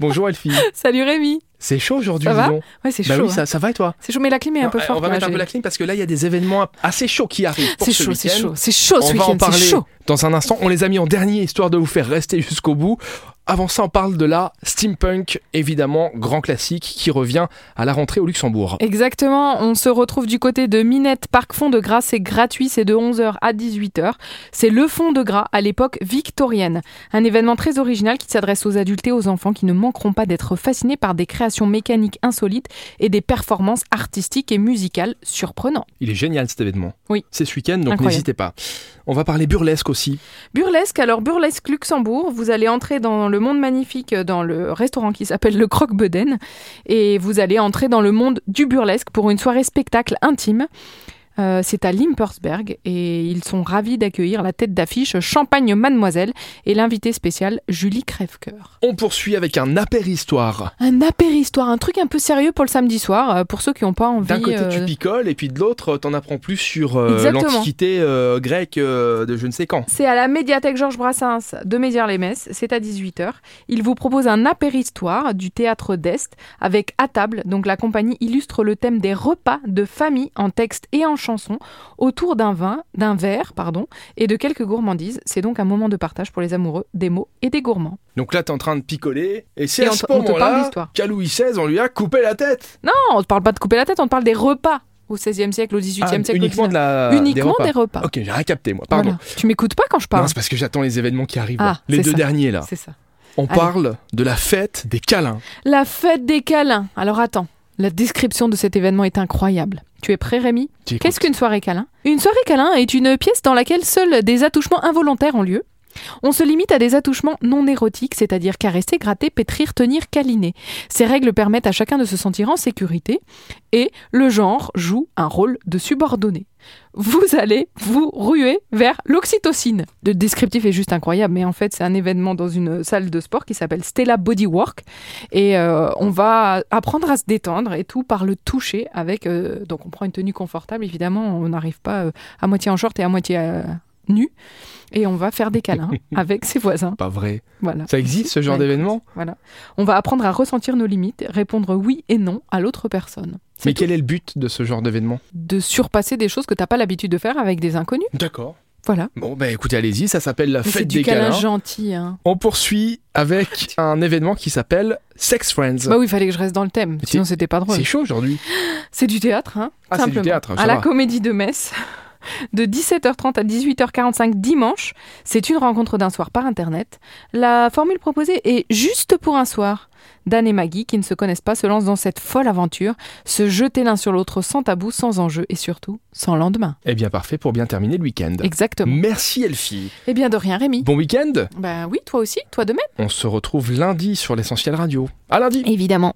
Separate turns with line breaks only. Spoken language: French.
Bonjour Elfie.
Salut Rémi.
C'est chaud aujourd'hui,
Ça
dis
va
donc.
Ouais, c'est
Bah
chaud.
oui,
hein.
ça, ça va et toi
C'est chaud, mais la clim est un
Non,
peu
eh,
forte.
On va
là,
mettre un
j'ai-
peu la clim parce que là, il y a des événements assez chauds qui arrivent. pour
C'est
ce
chaud, c'est
week-end.
chaud. C'est chaud ce
On va en
week-end. C'est
parler
chaud.
dans un instant. On les a mis en dernier histoire de vous faire rester jusqu'au bout. Avant ça, on parle de la steampunk, évidemment, grand classique qui revient à la rentrée au Luxembourg.
Exactement, on se retrouve du côté de Minette Parc Fond de Gras, c'est gratuit, c'est de 11h à 18h. C'est le Fond de Gras à l'époque victorienne, un événement très original qui s'adresse aux adultes et aux enfants qui ne manqueront pas d'être fascinés par des créations mécaniques insolites et des performances artistiques et musicales surprenantes.
Il est génial cet événement.
Oui.
C'est ce week-end, donc
Incroyable.
n'hésitez pas. On va parler burlesque aussi.
Burlesque, alors Burlesque Luxembourg, vous allez entrer dans le monde magnifique, euh, dans le restaurant qui s'appelle le Croque Beden, et vous allez entrer dans le monde du burlesque pour une soirée spectacle intime. Euh, c'est à Limpersberg et ils sont ravis d'accueillir la tête d'affiche Champagne Mademoiselle et l'invité spécial Julie Crèvecoeur.
On poursuit avec un apéristoire.
Un apéritoire, un truc un peu sérieux pour le samedi soir, euh, pour ceux qui n'ont pas envie.
D'un côté,
euh,
tu picoles, et puis de l'autre, t'en apprends plus sur euh,
Exactement.
l'antiquité euh, grecque euh, de je ne sais quand.
C'est à la médiathèque Georges Brassens de Mézières-les-Messes, c'est à 18h. Il vous propose un apéritoire du théâtre d'Est avec À table, donc la compagnie illustre le thème des repas de famille en texte et en chanson autour d'un vin, d'un verre, pardon, et de quelques gourmandises. C'est donc un moment de partage pour les amoureux des mots et des gourmands.
Donc là, t'es en train de picoler, et c'est
Et
à
on
ce
te- on te parle
moment-là
d'histoire.
qu'à Louis XVI, on lui a coupé la tête.
Non, on ne parle pas de couper la tête, on te parle des repas au XVIe siècle, au XVIIIe
Ah,
siècle. au
uniquement de la...
19e.
des
Uniquement
repas.
des repas.
Ok, j'ai rien capté, moi. Pardon.
Voilà. Tu m'écoutes pas quand je
Non,
parle
c'est parce que j'attends les événements qui arrivent.
Ah,
là. Les
c'est
deux
ça.
derniers, là.
C'est ça.
On
Allez.
parle de la fête des câlins.
La fête des câlins. Alors attends, la description de cet événement est incroyable. Tu es prêt Rémi
T'écoutes.
Qu'est-ce qu'une soirée câlin Une soirée câlin est une pièce dans laquelle seuls des attouchements involontaires ont lieu. On se limite à des attouchements non érotiques, c'est-à-dire caresser, gratter, pétrir, tenir, câliner. Ces règles permettent à chacun de se sentir en sécurité et le genre joue un rôle de subordonné. Vous allez vous ruer vers l'oxytocine. Le descriptif est juste incroyable, mais en fait c'est un événement dans une salle de sport qui s'appelle Stella Bodywork et euh, on va apprendre à se détendre et tout par le toucher avec euh, donc on prend une tenue confortable évidemment on n'arrive pas euh, à moitié en short et à moitié euh, nu et on va faire des câlins avec ses voisins
Pas vrai.
voilà
Ça existe, ce genre
Ouais,
d'événement
on va apprendre à ressentir nos limites répondre oui et non à l'autre personne
Mais
c'est
quel est le but de ce genre d'événement
tout. de surpasser des choses que t'as pas l'habitude de faire avec des inconnus
D'accord.
voilà
Bon, bah écoutez, allez-y, ça s'appelle la
Mais c'est
fête
du
des
câlin
câlins.
gentil hein.
On poursuit avec un événement qui s'appelle Sex Friends.
bah oui il fallait que je reste dans le thème
C'est-
sinon c'était pas drôle
C'est chaud aujourd'hui.
C'est du théâtre, hein
Ah, c'est du
simplement.
théâtre, ça
à la
va.
Comédie de Metz, de 17h30 à 18h45 dimanche. C'est une rencontre d'un soir par Internet. La formule proposée est juste pour un soir. Dan et Maggie, qui ne se connaissent pas, se lancent dans cette folle aventure, se jeter l'un sur l'autre sans tabou, sans enjeu et surtout sans lendemain.
Eh bien, parfait pour bien terminer le week-end.
Exactement.
Merci Elfie.
Eh bien, de rien, Rémi.
Bon week-end.
Bah oui, toi aussi, toi de même.
On se retrouve lundi sur l'essentiel radio. À lundi.
Évidemment.